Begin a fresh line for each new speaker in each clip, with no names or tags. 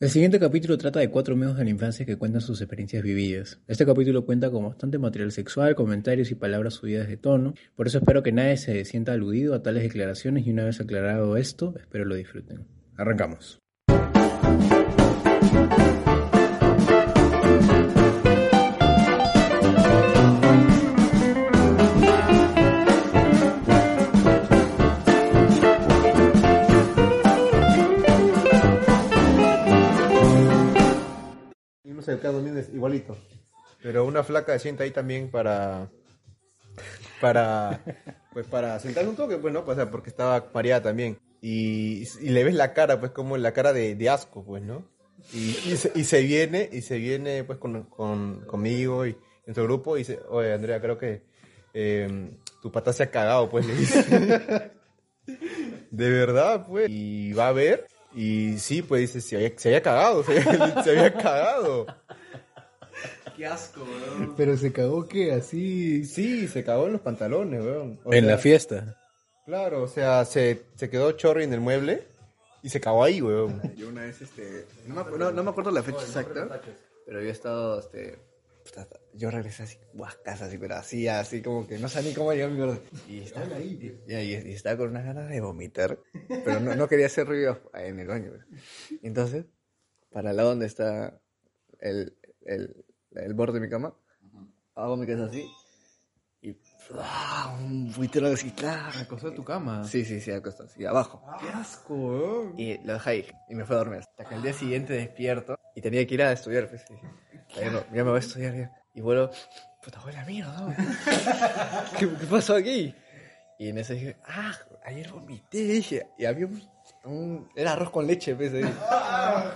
El siguiente capítulo trata de cuatro amigos de la infancia que cuentan sus experiencias vividas. Este capítulo cuenta con bastante material sexual, comentarios y palabras subidas de tono, por eso espero que nadie se sienta aludido a tales declaraciones y una vez aclarado esto, espero lo disfruten. Arrancamos.
El mismo cercano también es igualito.
Pero una flaca se sienta ahí también para. Para. Pues para sentar un toque, pues no, o sea, porque estaba mareada también. Y, y le ves la cara, pues como la cara de, de asco, pues, ¿no? Y, y se, y se viene, y se viene, pues, con, con- conmigo y en su grupo y dice, oye, Andrea, creo que eh, tu pata se ha cagado, pues, le dice. De verdad, pues. Y va a ver. Y sí, pues dice, se había, se había cagado, se había- se había cagado.
Qué asco, weón.
Pero se cagó que así.
Sí, se cagó en los pantalones, weón. O
en
sea,
la fiesta.
Claro, o sea, se, se quedó chorri en el mueble y se cagó ahí, weón.
Yo una vez, este. No me, acu- no- no me acuerdo la fecha exacta, pero había estado, este. puta, Yo regresé así, guascas, así, pero así, así, como que no sabía ni cómo llegó mi gordo. Y estaba, ahí, y, y estaba con unas ganas de vomitar, pero no, no quería hacer ruido en el baño. weón. Entonces, para el lado donde está el, el, el borde de mi cama, hago mi casa así, y. ¡Ah! Un buitero así, claro.
Acostó tu cama.
Sí, sí, sí, acostado, sí, abajo.
Qué asco, weón.
Y lo dejé ahí, y me fue a dormir. Hasta que al día siguiente despierto y tenía que ir a estudiar. Pues, y dije, "Ah, ya, me, ya me voy a estudiar. ya". Y vuelvo, puta, huele a mierda. ¿no? ¿Qué, qué pasó aquí? Y en eso dije, ah, ayer vomité, dije. Y había un. un- era arroz con leche, pues. ahí.
Ah,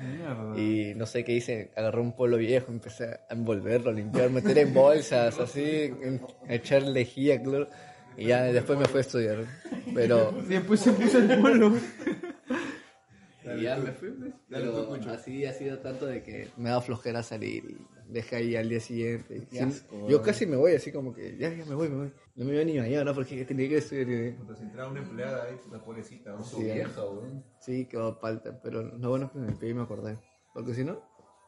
mierda.
Y no sé qué hice, agarré un polo viejo, empecé a envolverlo, a limpiar, meter en bolsas, así, en- a echar lejía, cloro. Y ya después me fue a estudiar. Pero.
Y después se puso el polo.
Y ya me fui, pues. Pero así ha sido tanto de que me da flojera salir y dejé ahí al día siguiente. Sí,
asco,
yo casi me voy, así como que ya, ya me voy, me voy. No me iba ni mañana porque tenía que estudiar. y-
Se entraba una empleada
pues,
ahí, una pobrecita,
Sí, sí, quedó palta, pero lo bueno es que me despedí y me acordé. Porque si no, lo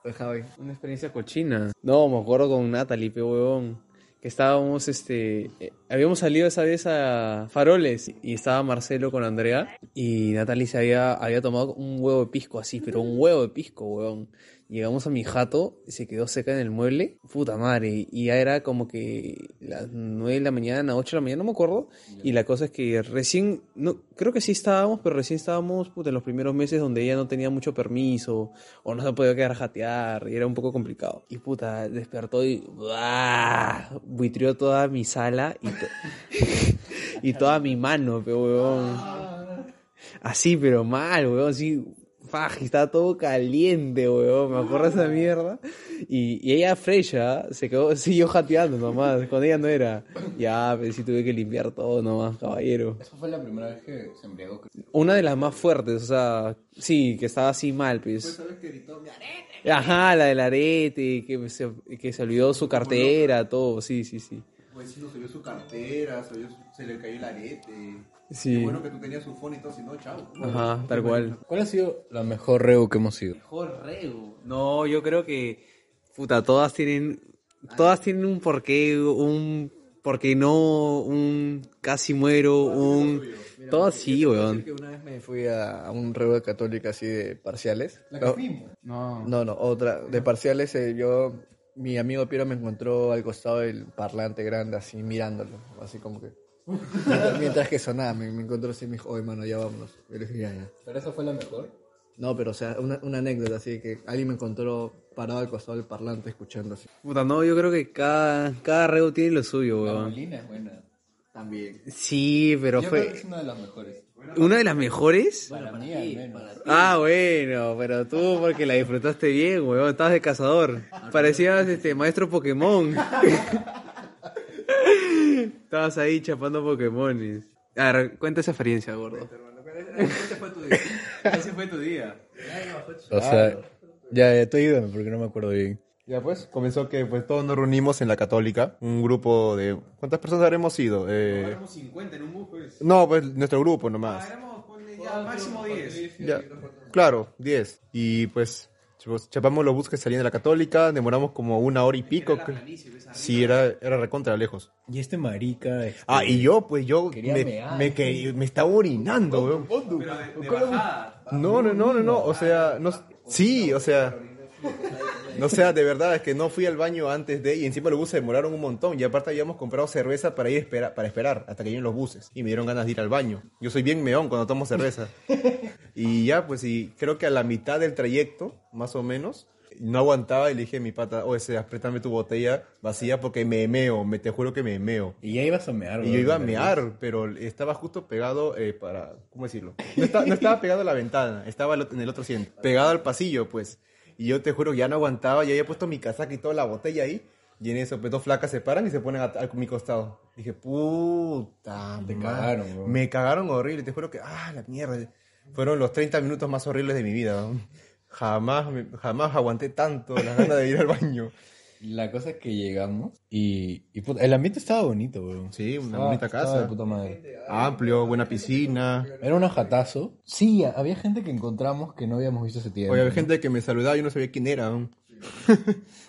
dejaba ahí.
Una experiencia cochina. No, me acuerdo con Natalie, pe huevón. Que estábamos, este. eh, habíamos salido esa vez a Faroles y estaba Marcelo con Andrea. Y Natalie se había, había tomado un huevo de pisco así, pero un huevo de pisco, huevón. Llegamos a mi jato, se quedó seca en el mueble. Puta madre. Y ya era como que las 9 de la mañana, 8 de la mañana, no me acuerdo. Y la cosa es que recién, no, creo que sí estábamos, pero recién estábamos puta, en los primeros meses donde ella no tenía mucho permiso o no se podía quedar a jatear y era un poco complicado. Y puta, despertó y ¡buah! buitrió toda mi sala y, to- y toda mi mano, pero weón. Así, pero mal, weón, así. Faj, estaba todo caliente, weón. Me acuerdo de esa mierda. Y, y ella, Freya, se quedó, siguió jateando nomás. Con ella no era. Ya, pero sí tuve que limpiar todo nomás, caballero.
Esa fue la primera vez que se embriagó.
Una de las más fuertes, o sea, sí, que estaba así mal, pues.
que gritó?
Ajá, la del arete, que se, que se olvidó su cartera, todo, sí, sí, sí.
Pues sí, no se vio su cartera, se, vio su- se le cayó el arete.
Sí.
Qué bueno que tú tenías su phone y todo, si no, chao.
Ajá, tal cual.
¿Cuál ha sido la mejor reu que hemos ido?
No, yo creo que, puta, todas tienen, todas tienen un porqué, un porqué no, un casi muero,
Ah,
un... Todas sí,
Así
weón.
que una vez me fui a, a un reo católico así de parciales.
que
No,
fuimos. No.
No, no, otra. De parciales, eh, yo. Mi amigo Piero me encontró al costado del parlante grande, así mirándolo, así como que. Mientras que sonaba, me, me encontró así y me dijo, oye, mano, ya vámonos. Yo le dije, ya, ya.
¿Pero esa fue la mejor?
No, pero o sea, una, una anécdota, así que alguien me encontró parado al costado del parlante escuchando así.
Puta, no, yo creo que cada, cada reo tiene lo suyo, weón.
Molina es buena.
También.
Sí, pero
Yo creo que
fue
es una de las mejores.
una de las mejores.
Para, mí, al menos.
Ah, bueno, pero tú porque la disfrutaste bien, weón. Estabas de cazador. Parecías este maestro Pokémon. Estabas ahí chapando Pokémones. A ver, cuenta esa experiencia, gordo.
Ese fue tu día. Ese fue tu día.
O sea, ya, ya, tú ayúdame porque no me acuerdo bien.
Ya pues, comenzó que pues todos nos reunimos en la católica, un grupo de... ¿Cuántas personas habremos ido? Eh,
Éramos 50 en un bus, pues.
no, pues nuestro grupo nomás.
Éramos, ponle ya
máximo 10.
Ya, claro, 10. Y pues, chapamos los buses que salían de la Católica, demoramos como una hora y pico. creo. Sí, era, era recontra lejos.
Y este marica. este,
Ah, y yo, pues yo
Quería
me,
mear.
me, que- me estaba orinando, weón.
Pero de, de bajada.
No, no, no, no, no, o sea, no, sí, o sea, no sea, de verdad, es que no fui al baño antes de, y encima los buses demoraron un montón, y aparte habíamos comprado cerveza para ir espera- para esperar, hasta que lleguen los buses, y me dieron ganas de ir al baño. Yo soy bien meón cuando tomo cerveza. Y ya, pues, y creo que a la mitad del trayecto, más o menos, no aguantaba y le dije a mi pata, oye, ese, apriétame tu botella vacía porque me meo, me, te juro que me meo.
Y ya ibas a mear,
Y yo
weón,
iba a
¿verdad?
mear, pero estaba justo pegado eh, para, ¿cómo decirlo? No, esta- no estaba pegado a la ventana, estaba al ot- en el otro asiento, pegado al pasillo, pues. Y yo te juro que ya no aguantaba, ya había puesto mi casaca y toda la botella ahí. Y en eso, pues dos flacas se paran y se ponen a, a mi costado. Dije, puta,
Te
madre".
cagaron, weón.
Me cagaron horrible, te juro que, ah, la mierda. Fueron los 30 minutos más horribles de mi vida. weón. Jamás, me- jamás aguanté tanto la ganas de ir al baño.
La cosa es que llegamos y, y puta, el ambiente estaba bonito, weón.
Sí, una
Estaba-
bonita
estaba de
casa.
puta madre.
Amplio, buena piscina.
Era un ajatazo. Sí, había gente que encontramos que no habíamos visto hace tiempo.
Oye, había
¿no?
gente que me saludaba y yo no sabía quién era. ¿no?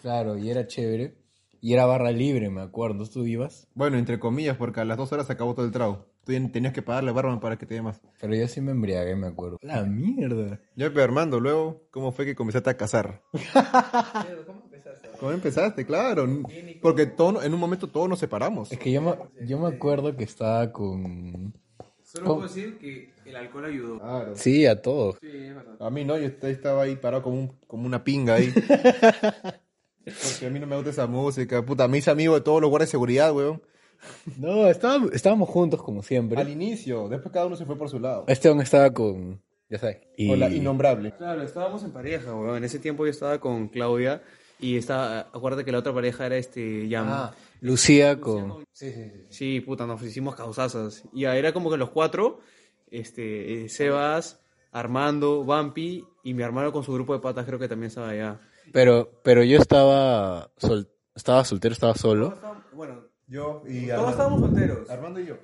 Claro, y era chévere. Y era barra libre, me acuerdo. ¿Tú ibas?
Bueno, entre comillas, porque a las dos horas se acabó todo el trago. Tú ya tenías que pagarle a Barman para que te dé más.
Pero yo sí me embriagué, me acuerdo. La mierda.
Ya, pero Armando, luego, ¿cómo fue que comenzaste a cazar? ¿Cómo empezaste? Claro. Porque todo, en un momento todos nos separamos.
Es que yo me, yo me acuerdo que estaba con...
Solo puedo decir que el alcohol ayudó.
Claro.
Sí, a todos.
Sí, es verdad.
A mí no, yo est- estaba ahí parado como, un- como una pinga ahí. Porque a mí no me gusta esa música. Puta, mis amigos de todos los guardias de seguridad, weón.
No, estábamos, estábamos juntos como
Al
siempre.
inicio, después cada uno se fue por su lado.
Esteban estaba con... Ya sabes. Y...
Con la innombrable.
Claro, estábamos en pareja.
pareja, weón. En ese tiempo yo estaba con Claudia y estaba, acuérdate que la otra pareja era este Yam.
Ah, Lucía con...
Sí, puta, nos hicimos causazas. Y ya, era como que los cuatro, este, eh, Sebas, Armando, Vampi y mi hermano con su grupo de patas creo que también estaba allá.
Pero, pero yo estaba... sol- Estaba soltero, estaba
Todos
solo.
estábamos- Bueno,
Yo y
todos estábamos solteros.
Armando y yo.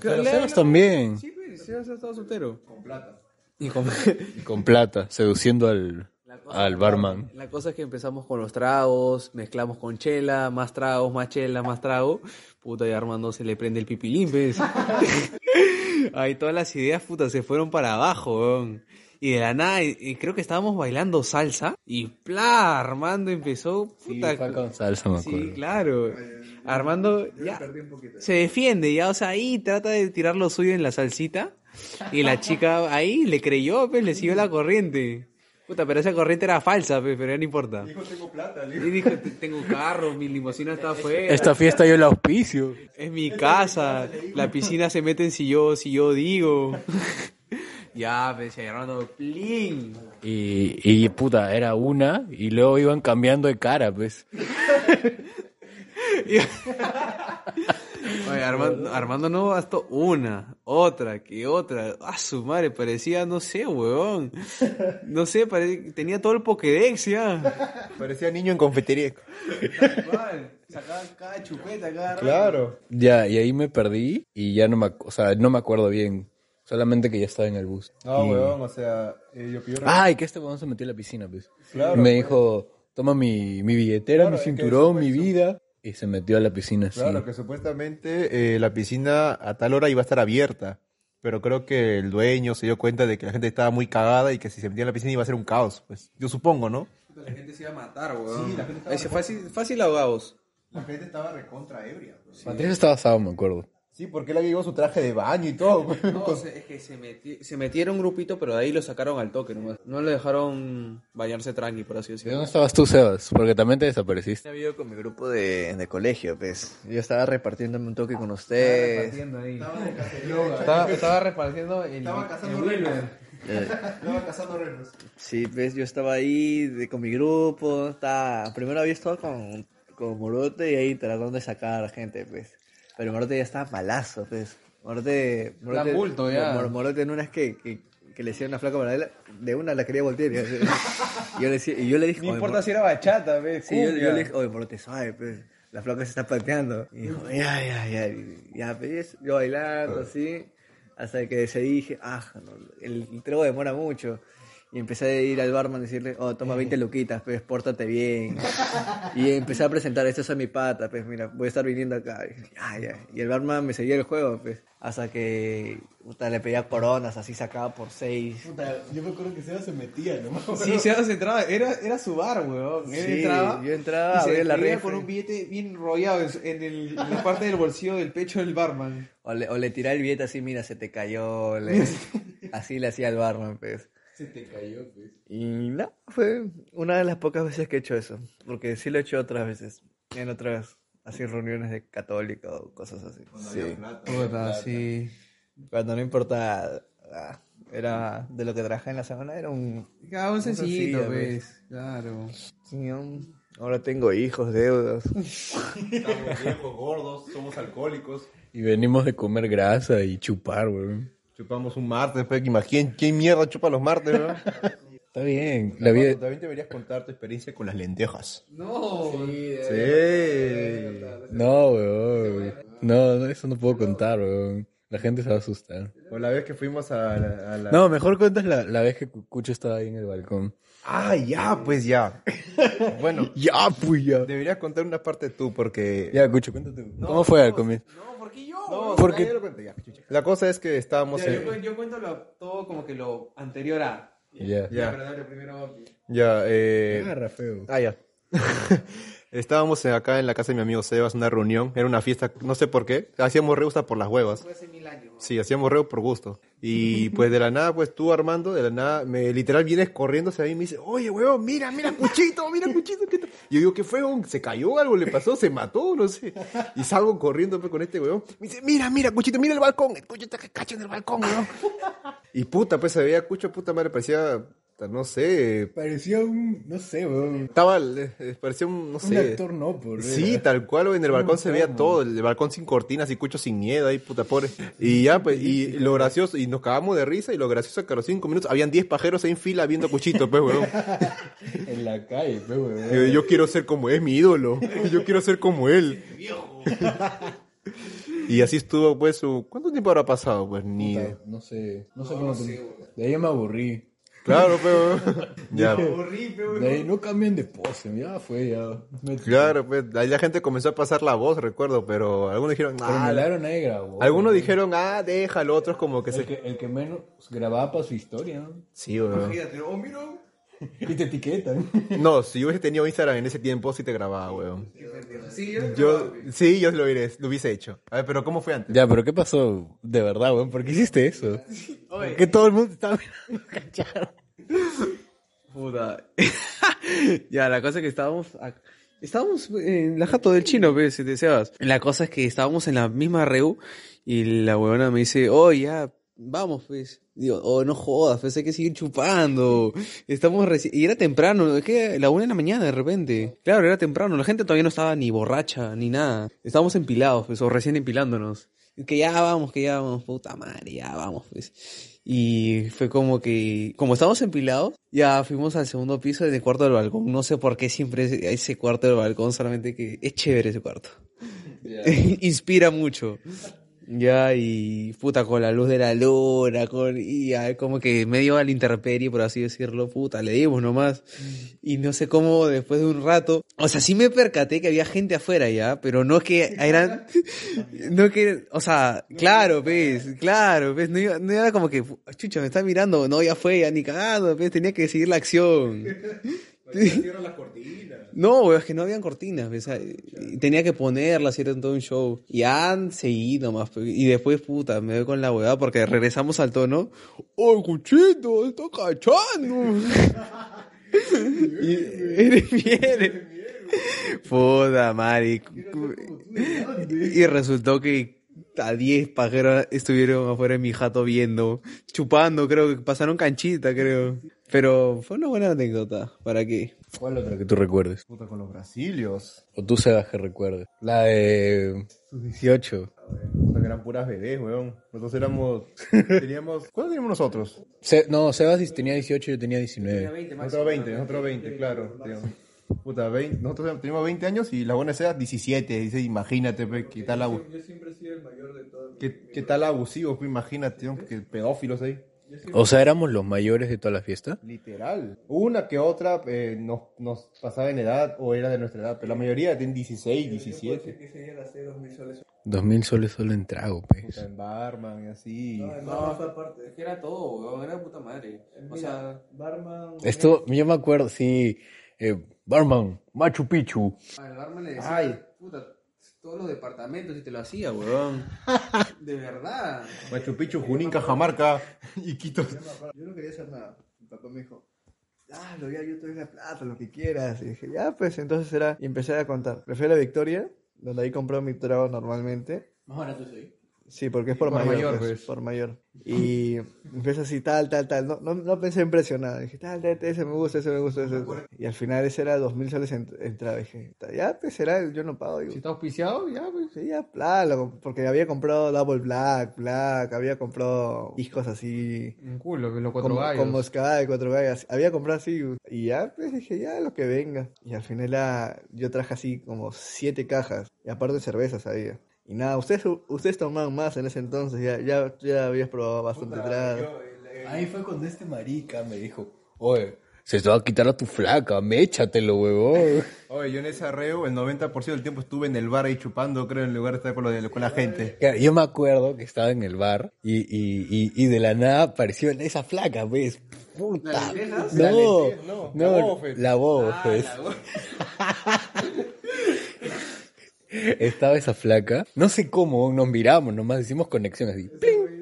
Pero Sebas también.
Sí, pues, Sebas estaba soltero.
Y con-
Y con plata, seduciendo al, al barman.
La cosa es que empezamos con los tragos, mezclamos con chela, más tragos, más chela, más trago. Puta, y a Armando se le prende el pipilín, ¿ves? Ahí todas las ideas, puta, se fueron para abajo, weón. Y de la nada, y- y creo que estábamos bailando salsa. Y ¡plá! Armando empezó, puta.
Sí, fue con salsa, me acuerdo.
Sí, claro. Armando ya se defiende, ya, o sea, ahí trata de tirar lo suyo en la salsita. Y la chica ahí le creyó, pues, le siguió la corriente. Puta, pero esa corriente era falsa, pues, pero ya no importa. Dijo, tengo plata. Y dijo, Eh, "Te- tengo carro, mi limusina está afuera.
Esta fiesta yo la auspicio.
Es mi casa. La piscina se mete en si yo, si yo digo. ya, pues, y Armando, plin.
Y, y puta, era una y luego iban cambiando de cara, pues.
Oye, Armando, Armando no gastó una, otra, que otra. A su madre, parecía, no sé, huevón. No sé, pare- tenía todo el Pokédex ya.
Parecía niño en confitería.
Igual, sacaban cada chupeta, cada
Claro.
Ya, y ahí me perdí y ya no me, ac- o sea, no me acuerdo bien. Solamente que ya estaba en el bus.
No,
Y-
weón, o sea, eh, yo pido.
Ah,
Ay, que este weón se metió en la piscina, pues.
Claro,
Y me
pues.
dijo, toma mi, mi billetera,
Claro,
mi
es que
cinturón, mi
eso-
vida. Y se metió a la piscina,
claro,
sí.
que supuestamente eh, la piscina a tal hora iba a estar abierta. Pero creo que el dueño se dio cuenta de que la gente estaba muy cagada y que si se metía en la piscina iba a ser un caos. Pues yo supongo, ¿no?
La gente se iba a matar, weón.
Sí, la gente estaba-
Ahí se fácil, fácil ahogados.
La gente estaba recontra ebria. pues.
Patricio estaba asado, me acuerdo.
Sí, porque él había llevado su traje de baño y todo. pues.
No, o sea, es que se, meti- se metieron un grupito, pero de ahí lo sacaron al toque nomás.
No le dejaron bañarse tranqui, por así
¿De
decirlo.
dónde estabas tú, Sebas? Porque también te desapareciste.
He habido con mi grupo de, de colegio, pues. Yo estaba repartiéndome un toque con ustedes.
ahí.
Estaba en casa de yoga.
Estaba, estaba repartiendo el.
Estaba cazando
el-
renos.
Eh,
Estaba cazando renos.
Sí, pues yo estaba ahí de- con mi grupo, estaba, primero había estado con, con Morote y ahí tratando de sacar a la gente, pues. Pero Morote ya estaba malazo, pues. Morote... Morote
Plan bulto, ya.
Mor- Morote en unas que, que, que le hicieron la flaca para él, de una la quería voltear. y así. Y yo le, decía- y yo le dije...
No
"Oye,
importa
Mor-
si era bachata, ¿ves?
Sí, yo, yo le dije, oye, Morote, suave, pues. La flaca se está pateando. Y dijo, ya, ya, ya. y- Ya, pues, yo bailando, así. Hasta que decidí, dije, ah, no, el, el trago demora mucho. Y empecé a ir al barman y decirle, oh, toma 20 luquitas, pues, pórtate bien. Y empecé a presentar, esto es a mi pata, pues, mira, voy a estar viniendo acá. Y, dije, "Ah, ya". Y el barman me seguía el juego, pues, hasta que, puta, le pedía coronas, así sacaba por 6.
Puta, yo me acuerdo que Seba se metía, ¿no?
Sí, se entraba, era, era su bar, weón. Él
Sí,
entraba.
yo entraba,
y se
abría la eh.
escribía
refri.
con un billete bien rollado en, su- en el, en la parte del bolsillo del pecho del barman.
O le, o le tiraba el billete así, mira, se te cayó. le- así le hacía al barman, pues.
Se te cayó, pues.
Y no, fue una de las pocas veces que he hecho eso. Porque sí lo he hecho otras veces. En otras, así reuniones de católica o cosas así. Sí.
Puta, sí.
Cuando no importaba. ah, era de lo que trabajaba en la semana, era un.
Cada un sencillito,
sencillo,
pues. Claro.
sí, un- Ahora tengo hijos, deudas.
Estamos viejos, gordos, somos alcohólicos.
Y venimos de comer grasa y chupar, weón.
Chupamos un martes, pues, imagín- ¿quién, mierda chupa los martes, weón?
Está bien. La vida,
También deberías contar tu experiencia con las lentejas.
No.
Sí.
No, weón. No, no, eso no puedo contar, weón. La gente se va a asustar.
O la vez que fuimos a la... a la-
No, mejor cuentas la, la vez que Cu- Cucho estaba ahí en el balcón.
Ah, ya, pues ya. bueno,
Ya, pues ya.
deberías contar una parte tú, porque...
Ya, Cucho, cuéntate. ¿Cómo fue al comienzo?
No,
Porque-
ya, ya lo cuento, ya, chucha. La cosa es que estábamos
Ya,
en...
yo, yo cuento lo- todo como que lo anterior a.
Ya.
Ya,
Pero dale primero.
ya, eh...
feo.
Ah, ya. Estábamos acá en la casa de mi amigo Sebas, una reunión, era una fiesta, no sé por qué, hacíamos reusa por las huevas.
Hace mil años.
Sí, hacíamos reo por gusto. Y pues de la nada, pues tú Armando, de la nada, me literal vienes corriendo hacia mí y me dice, oye, huevón, mira, mira, Cuchito, mira, Cuchito. ¿qué tal?". Yo digo, ¿qué fue? huevón? ¿Se cayó algo? ¿Le pasó? ¿Se mató? No sé. Y salgo corriendo pues, con este huevón. Me dice, mira, mira, Cuchito, mira el balcón. El Cuchito que cacho en el balcón, huevón. Y puta, pues se veía Cucho, puta madre, parecía, no sé,
Parecía un, no sé, weón.
estaba, eh, parecía un, no sé.
no, por
Sí, tal cual, en el balcón se veía todo, el balcón sin cortinas y cucho sin miedo ahí, puta pobre. Y ya, pues, y lo gracioso, y nos cagamos de risa, y lo gracioso es que a los cinco minutos habían 10 pajeros ahí en fila viendo a cuchito, pues, weón.
En la calle, pues, weón.
Eh, Yo quiero ser como es mi ídolo, yo quiero ser como él. Y así estuvo, pues, su... ¿cuánto tiempo habrá pasado? Pues ni...
No sé, no sé cómo. te- De ahí me aburrí.
Claro, pues, weón. ya.
De ahí no cambian de pose, ya fue, ya. Me-
Claro, pues, ahí la gente comenzó a pasar la voz, recuerdo, pero algunos dijeron,
Pero
"Ah,
me
la-
hablaron ahí grabó.
Algunos dijeron, ah, déjalo, otros como que
El
se...
que, el que menos grababa para su historia, ¿no?
Sí, weón.
Fíjate, oh, mira.
Y te etiquetan.
No, si yo hubiese tenido Instagram en ese tiempo, sí te grababa, weón.
Sí, yo.
Yo, sí, yo lo, hubiera- lo hubiese hecho. A ver, pero ¿cómo fue antes?
Ya, pero ¿qué pasó? De verdad, weón, ¿por qué hiciste eso? Que todo el mundo estaba mirando cachar.
Puta. ya, la cosa es que estábamos. ac- Estábamos en la jato del chino, pues, si te Sebas. La cosa es que estábamos en la misma reu y la huevona me dice, oh, ya, vamos, pues. Digo, oh, no jodas, pues hay que seguir chupando. Estamos reci- Y era temprano, es que la una de la mañana de repente. Claro, era temprano, la gente todavía no estaba ni borracha, ni nada. Estábamos empilados, pues, o recién empilándonos. Y Que ya vamos, que ya vamos, puta madre, ya vamos, pues. Y fue como que, como estábamos empilados, ya fuimos al segundo piso del cuarto del balcón. No sé por qué siempre es- ese cuarto del balcón, solamente que es chévere ese cuarto. Inspira mucho. Ya, y puta, con la luz de la luna, con, y ya, como que medio al interperie, por así decirlo, puta, le dimos nomás. Y no sé cómo, después de un rato, o sea, sí me percaté que había gente afuera ya, pero no que eran, no que, o sea, claro, ves, claro, ves, no, iba- no era como que, chucha, me está mirando, no, ya fue, ya ni cagado, ves, tenía que decidir la acción. No, weón, es que no habían cortinas, o sea, y tenía que ponerlas, y era todo un show. Y han seguido más, pe- y después, puta, me doy con la huevada porque regresamos al tono. ¡Oh, cuchito, está cachando! y, eres bien. Puta madre. Y resultó que a 10 pajeros estuvieron afuera de mi jato viendo, chupando, creo que pasaron canchita, creo. Pero fue una buena anécdota, ¿para qué?
¿Cuál otra que tú recuerdes?
Puta, con los brasilios.
O tú, Sebas, que recuerdes. La de... Sus 18.
Puta, que eran puras bebés, weón. Nosotros éramos... Teníamos... ¿Cuántos teníamos nosotros?
Se- no, Sebas tenía 18, yo tenía 19.
Nosotros 20, nosotros 20, claro. teníamos. Puta, 20, nosotros teníamos 20 años y la buena sea 17. Dice, imagínate, pe, qué tal, abu-
Yo siempre he sido el mayor de todos.
qué, qué tal abusivo, pe, imagínate, ¿no? que pedófilos ahí.
O sea, éramos los mayores de toda la fiesta.
Literal. Una que otra eh, nos, nos pasaba en edad o era de nuestra edad, pero la mayoría tienen 16, 17.
Que se las dos mil soles.
Dos mil soles solo en trago,
Puta,
pues.
en barman y así.
No, esa parte.
Es que era todo, weón, era puta madre. O sea,
Barman.
Esto, yo me acuerdo, sí. eh, barman, Machu Picchu.
al barman le decía, puta, todos los departamentos y te lo hacía, weón. de verdad.
Machu Picchu, Junín, Cajamarca y Quito.
Yo no quería hacer nada. Mi papá me dijo, "Ah, lo ya, yo te doy la plata, lo que quieras. Y dije, ya, pues entonces era. Y empecé a contar. Me fui a la Victoria, donde ahí compró mi trago normalmente.
Más barato soy.
Sí, porque es por,
¿eh? Por
mayor.
mayor,
pues,
pues.
Por mayor. Y empecé así, tal, tal, tal. No, no, no pensé en presionar. Dije, tal, tal, tal, ese me gusta, ese me gusta, ese. Y al final ese era 2.000 soles en, entrada. Dije, "Ta- ya, pues será, yo no pago. Digo,
Si está auspiciado, ya, pues.
Sí, ya, bla, lo comp- porque había comprado Double Black, Black, había comprado discos así.
Un culo, que los
como, como Sky, cuatro gallas. Había comprado así. Y ya, pues dije, ya, lo que venga. Y al final la- yo traje así como siete cajas. Y aparte cervezas había. Y nada, ustedes, ustedes tomaban más en ese entonces. Ya, ya, ya habías probado bastante trago.
Eh,
Ahí fue cuando este marica me dijo, oye, se te va a quitar a tu flaca, méchatelo, huevón.
Oye, yo en ese arreo, el 90% del tiempo estuve en el bar ahí chupando, creo, en lugar de estar con, lo de- con la gente.
Claro, Yo me acuerdo que estaba en el bar y, y, y, y de la nada apareció esa flaca, pues. Puta. No,
lenteja, no,
no,
la voz, pues.
la
Ah,
voz, pues. Estaba esa flaca, no sé cómo, nos miramos, nomás hicimos conexión así. ¡pling!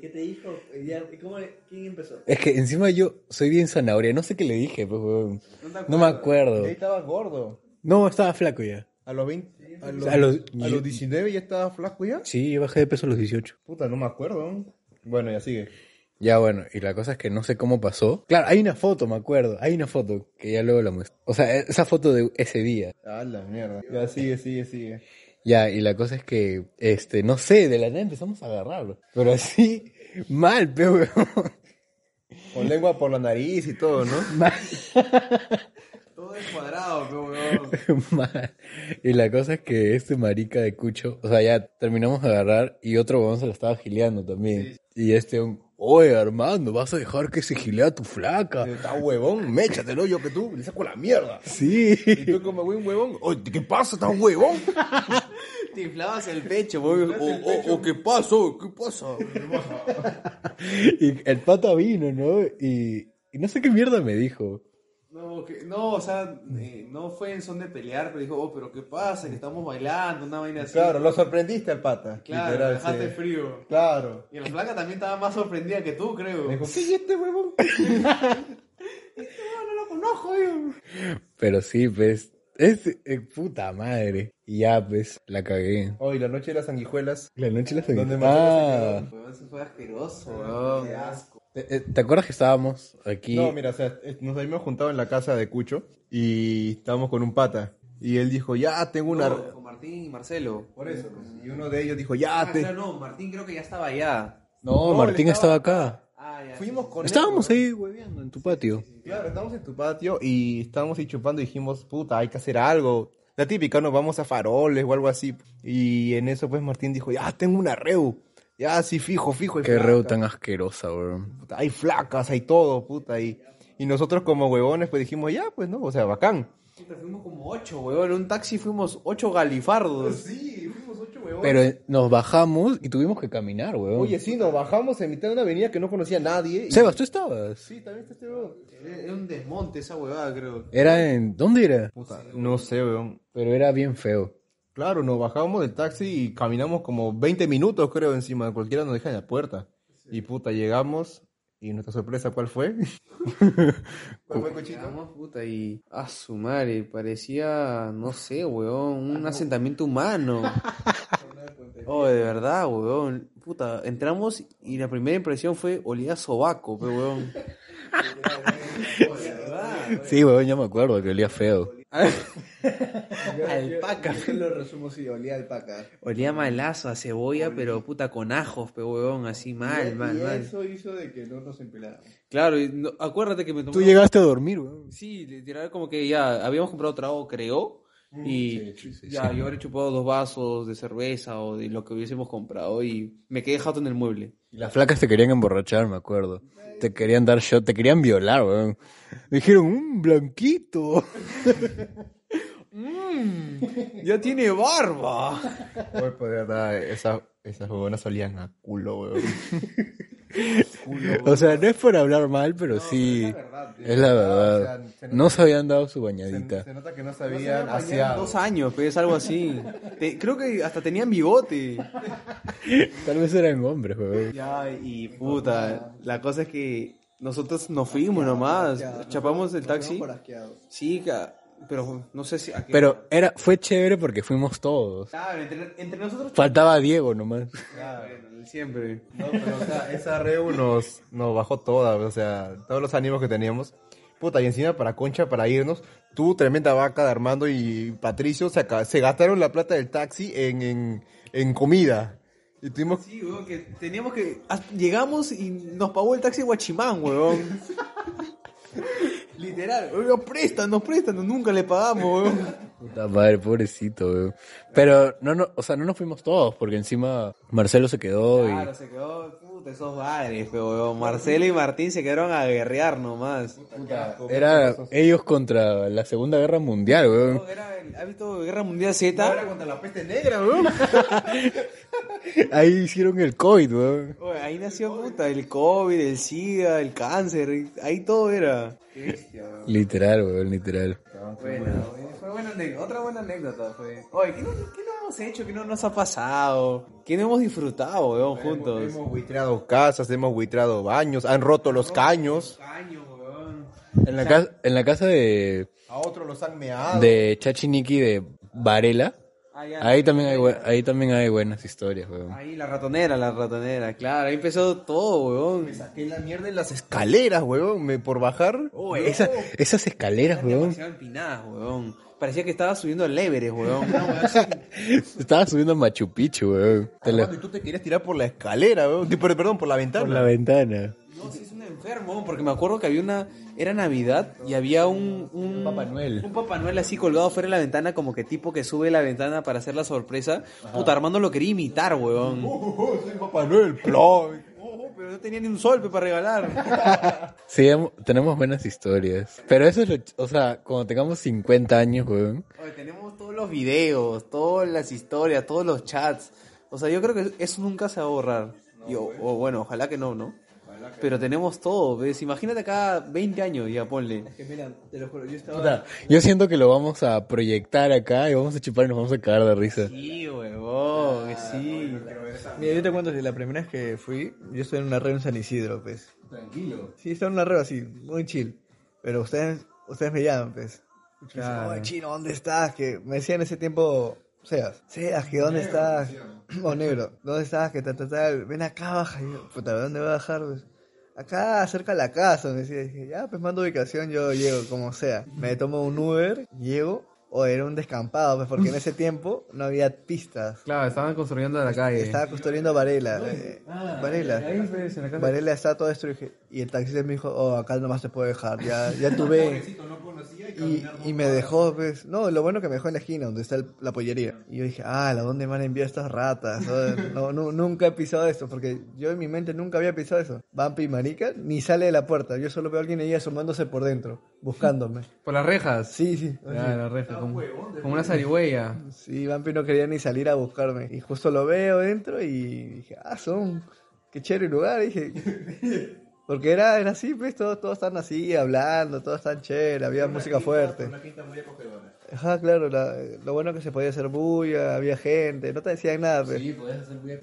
¿Qué te dijo? ¿Quién empezó?
Es que encima yo soy bien zanahoria, no sé qué le dije, pues, huevón. no me acuerdo.
Ahí estabas gordo.
No, estaba flaco ya.
A los 20, a los,
A los-
a los 19 ya estabas flaco ya.
Sí, yo bajé de peso a los 18.
Puta, no me acuerdo. ¿no? Bueno, ya sigue.
Ya bueno, y la cosa es que no sé cómo pasó. Claro, hay una foto, me acuerdo, hay una foto que ya luego la muestro. O sea, e-, esa foto de ese día.
A la mierda. Ya sigue, sigue, sigue.
Ya, y la cosa es que, este, no sé, de la nada empezamos a agarrarlo. Pero así, mal, pe, weón.
Con lengua por la nariz y todo, ¿no?
Mal,
Todo es cuadrado, pero, weón.
mal. Y la cosa es que este marica de Cucho, o sea, ya terminamos de agarrar y otro weón se lo estaba gileando también. Y este, un, oye, Armando, vas a dejar que se gilea a tu flaca.
Está huevón, méchatelo yo que tú, le saco la mierda.
Sí.
Y tú como güey, un huevón, oye, ¿qué pasa? Está huevón. "Oh,
Te inflabas el pecho, weón. O- o-
¿qué pasó? ¿Qué pasa?
Y el pata vino, ¿no? Y, y no sé qué mierda me dijo.
No, que- no, o sea, eh, no fue en son de pelear, pero dijo, oh, pero ¿qué pasa? Que estamos bailando, una vaina así.
Claro, lo sorprendiste al pata.
Claro,
literal,
dejaste
sí.
frío.
Claro.
Y la flaca también estaba más sorprendida que tú, creo.
Me dijo, ¿qué es este huevón?
Pero sí, pues, es eh, puta madre. Y ya, pues, la cagué.
Hoy, la noche de las sanguijuelas.
La noche la
¿Dónde
seguí.
más
Ah,
Weón, eso fue asqueroso, weón.
¿te, eh, te acuerdas que estábamos aquí?
No, mira, o sea, eh, nos habíamos juntado en la casa de Cucho y estábamos con un pata. Y él dijo, ya tengo una.
No, con Martín y Marcelo.
Por eso. pues, Y uno de ellos dijo, ya
Ah,
te.
claro, no, Martín creo que ya estaba allá.
no, Martín
le
estaba
estaba-
acá.
Ah, ya.
Fuimos con él,
Estábamos ahí hueveando en tu patio.
Claro, estamos en tu patio y estábamos ahí chupando y dijimos, puta, hay que hacer algo. La típica, nos vamos a faroles o algo así. Y en eso, pues Martín dijo, ya tengo una reu. Ya, sí, fijo, fijo. hay
Qué reo
flacas,
tan asquerosa, bro.
puta, Hay flacas, hay todo, puta. Y, y nosotros, como huevones, pues dijimos, ya, pues no, o sea, bacán.
Puta, fuimos como ocho, weón. En un taxi fuimos ocho galifardos.
Sí, fuimos ocho huevones.
Pero eh, nos bajamos y tuvimos que caminar, weón.
Oye, sí, nos bajamos en mitad de una avenida que no conocía a nadie. y-
Sebas, ¿tú estabas?
Sí, también está este huevón.
Era un desmonte esa huevada, creo.
Era en... ¿Dónde era?
Puta, no sé, huevón.
Pero era bien feo.
Claro, nos bajamos del taxi y caminamos como 20 minutos, creo, encima. Cualquiera nos deja en la puerta. Y puta, llegamos. Y nuestra sorpresa, ¿cuál fue? ¿Cuál fue, Cuchito?
Llegamos, puta, y a su madre, parecía, no sé, weón, un asentamiento humano. Oh, de verdad, weón. Puta, entramos y la primera impresión fue olía a sobaco, pe, weón.
Sí, weón, ya me acuerdo que olía feo.
Alpaca.
Yo lo resumo si olía alpaca.
Olía malazo a cebolla, pero puta con ajos, pe huevón, así mal, mal,
y
mal.
eso hizo de que no nos empeláramos.
Claro, y no- acuérdate que me tomó.
Tú llegaste a dormir, weón.
Sí, literal, como que ya habíamos comprado trago, creo. Y ya, yo habré chupado dos vasos de cerveza o de lo que hubiésemos comprado y me quedé jato en el mueble.
Las flacas te querían emborrachar, me acuerdo. Te querían dar shot, te querían violar, weón. Me dijeron, un blanquito.
¡Ya tiene barba!
Oye, pues, de verdad, esas, esas huevonas solían a culo, weón.
O sea, no es por hablar mal, pero sí. Es la verdad.
O sea, se
no se habían dado su
Se,
bañadita.
se nota que no sabían aseado.
Dos años, pues, algo así. Te- creo que hasta tenían bigote.
Tal vez eran hombres, weón.
Ya, y puta, la cosa es que nosotros nos fuimos nomás, chapamos el taxi. Sí, ca- pero no sé si... a qué hora.
Pero era, fue chévere porque fuimos todos.
Claro, entre, entre nosotros...
Faltaba Diego nomás.
Bueno, Siempre.
No, pero, o sea, esa reu nos, nos bajó toda, o sea, todos los ánimos que teníamos. Puta, y encima para Concha, para irnos, tú, tremenda vaca de Armando y Patricio, se, aca- se gastaron la plata del taxi en, en, en comida. Y tuvimos...
Sí, weón, que teníamos que... hasta- Llegamos y nos pagó el taxi Guachimán, weón. Literal, weón, préstanos, préstanos, nunca le pagamos, weón.
Puta madre, pobrecito, weón. Pero no, no, o sea, no nos fuimos todos porque encima Marcelo se quedó y.
Claro, se quedó, puta, esos bares, pero weón. Marcelo y Martín se quedaron a guerrear nomás.
Era ellos contra la Segunda Guerra Mundial, weón.
Era el- ¿Ha visto Guerra Mundial Z?
Ahí hicieron el COVID, weón.
Oye, ahí nació puta, el COVID, el SIDA, el cáncer, ahí todo era.
Literal, weón, literal.
Bueno, fue buena anécdota, otra buena anécdota fue. Oye, ¿qué no, qué no hemos hecho? ¿Qué no nos ha pasado? ¿Qué no hemos disfrutado, weón, juntos?
Hemos buitreado casas, hemos buitreado baños, han roto los caños.
Caño, weón.
En la, casa, en la casa de,
A otros los han meado.
de Chachiniki de Varela,
Ah, ya,
ahí también hay, bue- ahí también hay buenas historias, weón.
Ahí la ratonera, la ratonera, claro, ahí empezó todo, weón.
Saqué la mierda en las escaleras, weón, me, por bajar.
Esa- esas escaleras, weón.
Demasiado empinadas, weón. Parecía que estaba subiendo el Everest, weón. No, weón.
Estaba subiendo a Machu Picchu, weón. Te la-
Armando, y tú te querías tirar por la escalera, weón. Di- per- Perdón, por la ventana.
por la ventana.
No, sí es un enfermo, porque me acuerdo que había una, era Navidad y había un, un,
Papá Noel.
un Papá Noel así colgado fuera de la ventana, como que tipo que sube la ventana para hacer la sorpresa. Puta, Armando lo quería imitar, weón.
Papá Noel, plop.
Oh, pero no tenía ni un solpe para regalar.
Sí, am- tenemos buenas historias. Pero eso es lo, ch- o sea, cuando tengamos 50 años, weón.
Oye, tenemos todos los videos, todas las historias, todos los chats. O sea, yo creo que eso nunca se va a borrar. Y o, o bueno, ojalá que no, ¿no? Pero tenemos todo, ¿ves? Imagínate acá 20 años, ya ponle.
Que mira, te lo juro, yo estaba.
Puta, Yo siento que lo vamos a proyectar acá y vamos a chupar y nos vamos a cagar de risa.
Sí,
Oh,
huevón, que sí.
Mira, yo te cuento que la primera vez que fui, yo estoy en una red en San Isidro, pues. Tranquilo. Sí, estaba en una red así, muy chill. Pero ustedes, ustedes me llaman, pues. Y yo decía, "Oye, chino, ¿dónde estás? Que me decían en ese tiempo, Seas, Seas, que ¿dónde estás? O negro, ¿dónde estás? Que tal, tal, tal. Ven acá, baja. Y yo, puta, ¿dónde voy a bajar? Pues? Acá, cerca de la casa, me decía. Y dije, ya, pues mando ubicación, yo llego, como sea. Me tomo un Uber, llego, o era un descampado, pues, porque en ese tiempo no había pistas.
Claro, estaban construyendo la calle.
Estaba construyendo Varela. eh,
Ah,
Varela. Varela está todo destruido. Y el taxista me dijo, oh, acá nomás te puedo dejar. Ya, ya tuve. Y, y me dejó, pues. No, lo bueno que me dejó en la esquina, donde está el- la pollería. Y yo dije, ah, ¿la dónde me han enviado estas ratas? Oh, No, nu- nunca he pisado esto, porque yo en mi mente nunca había pisado eso. Vampi y Marica ni sale de la puerta. Yo solo veo a alguien ahí asomándose por dentro, buscándome.
Por las rejas.
Sí, sí. así.
Ah, las rejas, como, como una zarigüeya.
Sí, Vampi no quería ni salir a buscarme. Y justo lo veo dentro y dije, ah, son, qué chévere lugar, dije. Porque era, era así, pues, todos, todos estaban así, hablando, todos estaban chévere, había música fuerte. Ajá, claro, la- lo bueno que se podía hacer bulla, había gente, no te decían nada, pues.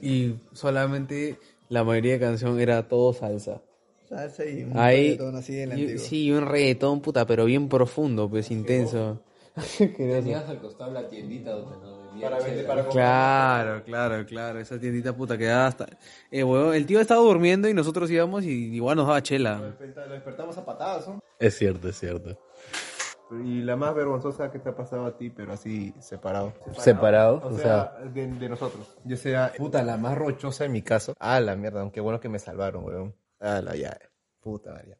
Y solamente la mayoría de canción era todo salsa.
Salsa y un
Ahí.
reggaetón así en la
y-
antigua.
sí, un reggaetón, puta, pero bien profundo, pues
oh.
intenso. Claro, claro, claro. Esa tiendita puta que da hasta. Eh, huevón, el tío estaba durmiendo y nosotros íbamos y igual nos daba chela.
Lo despertamos a patadas, ¿no?
Es cierto, es cierto.
Y la más vergonzosa que te ha pasado a ti, pero así separado.
Separado,
O sea, de, de nosotros. Yo sea, puta, la más rochosa en mi caso. Ah, la mierda, aunque bueno que me salvaron, weón. Ah, la ya. Puta, ya.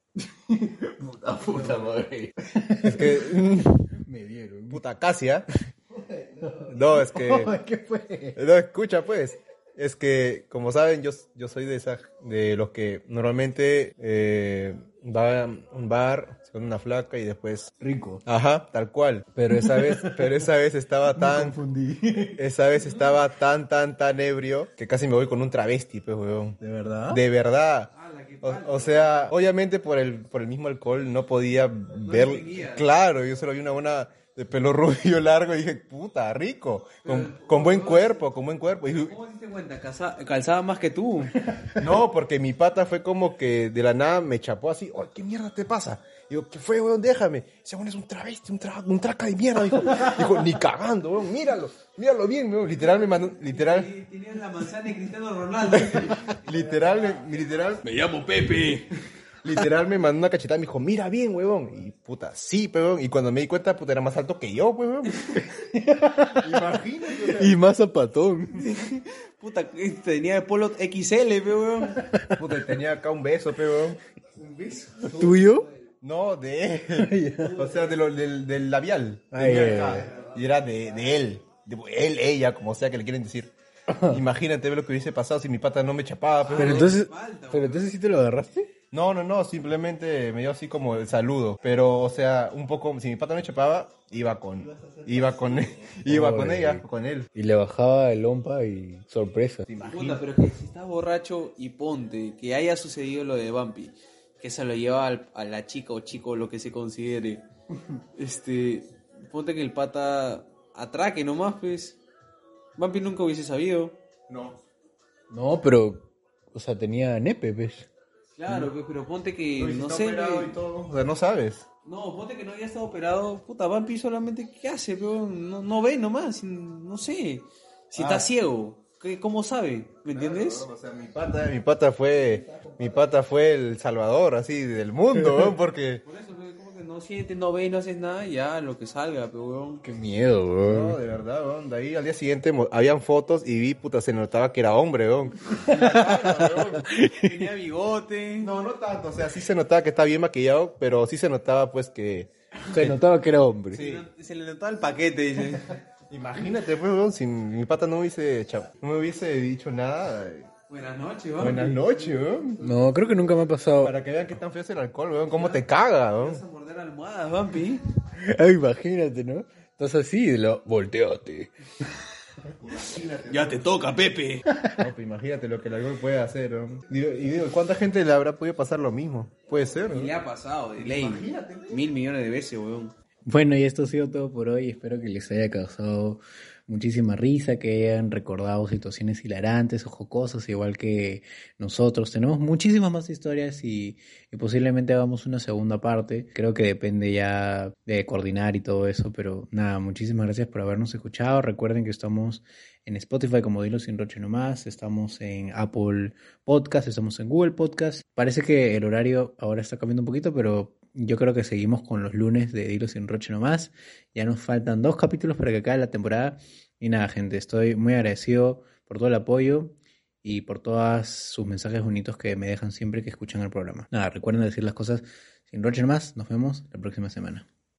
Puta, puta madre.
Es que, mm,
me dieron.
puta, casi, ¿ah? No, es que.
¿Qué fue?
No, escucha pues. Es que, como saben, yo, yo soy de esa, de los que normalmente eh, va a un bar con una flaca y después...
Rico.
Ajá, tal cual. Pero esa vez, pero esa vez estaba tan...
Confundí.
Esa vez estaba tan, tan, tan ebrio que casi me voy con un travesti, pues, weón.
¿De verdad?
De verdad. O, o sea, obviamente por el, por el mismo alcohol no podía ver. Claro, yo solo vi una buena de pelo rubio largo y dije, puta, rico. Con, con buen cuerpo, con buen cuerpo. Y dije,
¿Cómo te diste cuenta? Calza- calzaba más que tú.
no, porque mi pata fue como que de la nada me chapó así, oh, ¿qué mierda te pasa? Digo, ¿qué fue, weón? Déjame. Ese weón es un travesti, un, tra- un traca de mierda. Dijo, dijo ni cagando, weón, míralo, míralo bien, weón. Literal me mandó, literal,
Tenían la manzana de Cristiano Ronaldo.
literal, me- literal.
Me llamo Pepe.
Literal me mandó una cachetada y me dijo, mira bien, huevón. Y puta, sí, huevón. Y cuando me di cuenta, puta, era más alto que yo, huevón. Imagínate.
Y más zapatón.
Puta, tenía de polo XL, pe, weón.
Puta, tenía acá un beso, huevón.
¿Tuyo?
No, de él. o sea, de lo- del, del labial.
Ay,
Tenía
ay,
acá. Y era de, de él. De él, ella, como sea que le quieren decir. Imagínate ver lo que hubiese pasado si mi pata no me chapaba,
Pero
huevón.
entonces, pero entonces sí te lo agarraste.
No, no, no, simplemente me dio así como el saludo, pero o sea, un poco, si mi pata me chapaba, iba con, iba con, iba con
Oye.
ella, con él.
Y le bajaba el lompa y sorpresa.
Puta, pero que si estás borracho y ponte que haya sucedido lo de Bumpy, que se lo lleva al- a la chica o chico, lo que se considere. Este, ponte que el pata atraque nomás, pues. Bumpy nunca hubiese sabido.
No, pero, o sea, tenía nepe, ¿ves?
Claro, pues, pero ponte que,
Y si
no
está
sé,
operado
pe-
y todo, o sea, no sabes.
no, ponte que no había estado operado. Puta, Bumpy solamente, ¿qué hace? Pero no, no ve nomás, no sé. Si
Ah.
está ciego, ¿qué- ¿cómo sabe? ¿Me entiendes?
O sea, mi pata, mi pata fue, mi pata fue el salvador así del mundo, weón, porque
Por eso, pues, como que no sientes, no ves, no haces nada, ya lo que salga, pero weón.
Qué miedo, weón.
no, de verdad, weón, de ahí al día siguiente mo- habían fotos y vi, puta, se notaba que era hombre, weón.
Tenía bigote.
No, no tanto, o sea, sí se notaba que estaba bien maquillado, pero sí se notaba pues que
Se notaba que era hombre.
Se le- Se le notaba el paquete, dice.
Imagínate, pues, weón, si mi pata no hubiese, chao, no me hubiese dicho nada. eh,
Buenas noches, weón.
Buenas noches, weón.
No, creo que nunca me ha pasado.
Para que vean qué tan feo es el alcohol, weón, cómo te caga,
Vas
weón.
a morder almohadas, vampi.
Ay, Ah, imagínate, ¿no? Estás así y lo volteate.
Ya te toca, Pepe.
No, pues, imagínate lo que el alcohol puede hacer, weón. Digo- Y digo, ¿cuánta gente le habrá podido pasar lo mismo? Puede ser,
Y
weón.
le ha pasado, de ley. Mil millones de veces, weón.
Bueno, y esto ha sido todo por hoy. Espero que les haya causado muchísima risa, que hayan recordado situaciones hilarantes o jocosas, igual que nosotros. Tenemos muchísimas más historias y, y posiblemente hagamos una segunda parte. Creo que depende ya de coordinar y todo eso, pero nada, muchísimas gracias por habernos escuchado. Recuerden que estamos en Spotify como Dilo Sin Roche Nomás, estamos en Apple Podcast, estamos en Google Podcast. Parece que el horario ahora está cambiando un poquito, pero yo creo que seguimos con los lunes de Dilo Sin Roche Nomás. Ya nos faltan dos capítulos para que acabe la temporada. Y nada, gente, estoy muy agradecido por todo el apoyo y por todos sus mensajes bonitos que me dejan siempre que escuchan el programa. Nada, recuerden decir las cosas sin Roche Nomás. Nos vemos la próxima semana.